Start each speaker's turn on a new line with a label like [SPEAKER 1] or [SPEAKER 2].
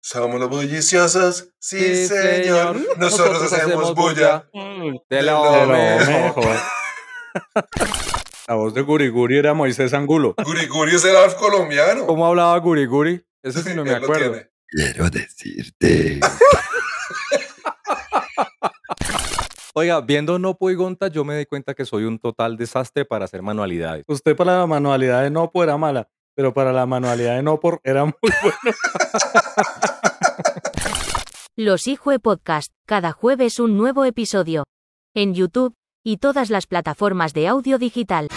[SPEAKER 1] Somos los bulliciosos, sí, señor. Nosotros, hacemos, bulla.
[SPEAKER 2] De lo,
[SPEAKER 1] De lo
[SPEAKER 2] mejor. La voz de Guriguri era Moisés Angulo.
[SPEAKER 1] Guriguri es el alf colombiano.
[SPEAKER 2] ¿Cómo hablaba Guriguri? Ese sí no me
[SPEAKER 1] Él lo
[SPEAKER 2] acuerdo.
[SPEAKER 1] tiene.
[SPEAKER 3] Quiero decirte.
[SPEAKER 2] Oiga, viendo No Puigonta, yo me di cuenta que soy un total desastre para hacer manualidades.
[SPEAKER 4] Usted para la manualidad de no por era mala, pero para la manualidad de no por era muy buena.
[SPEAKER 5] Los Hijue Podcast, cada jueves un nuevo episodio. En YouTube, y todas las plataformas de audio digital.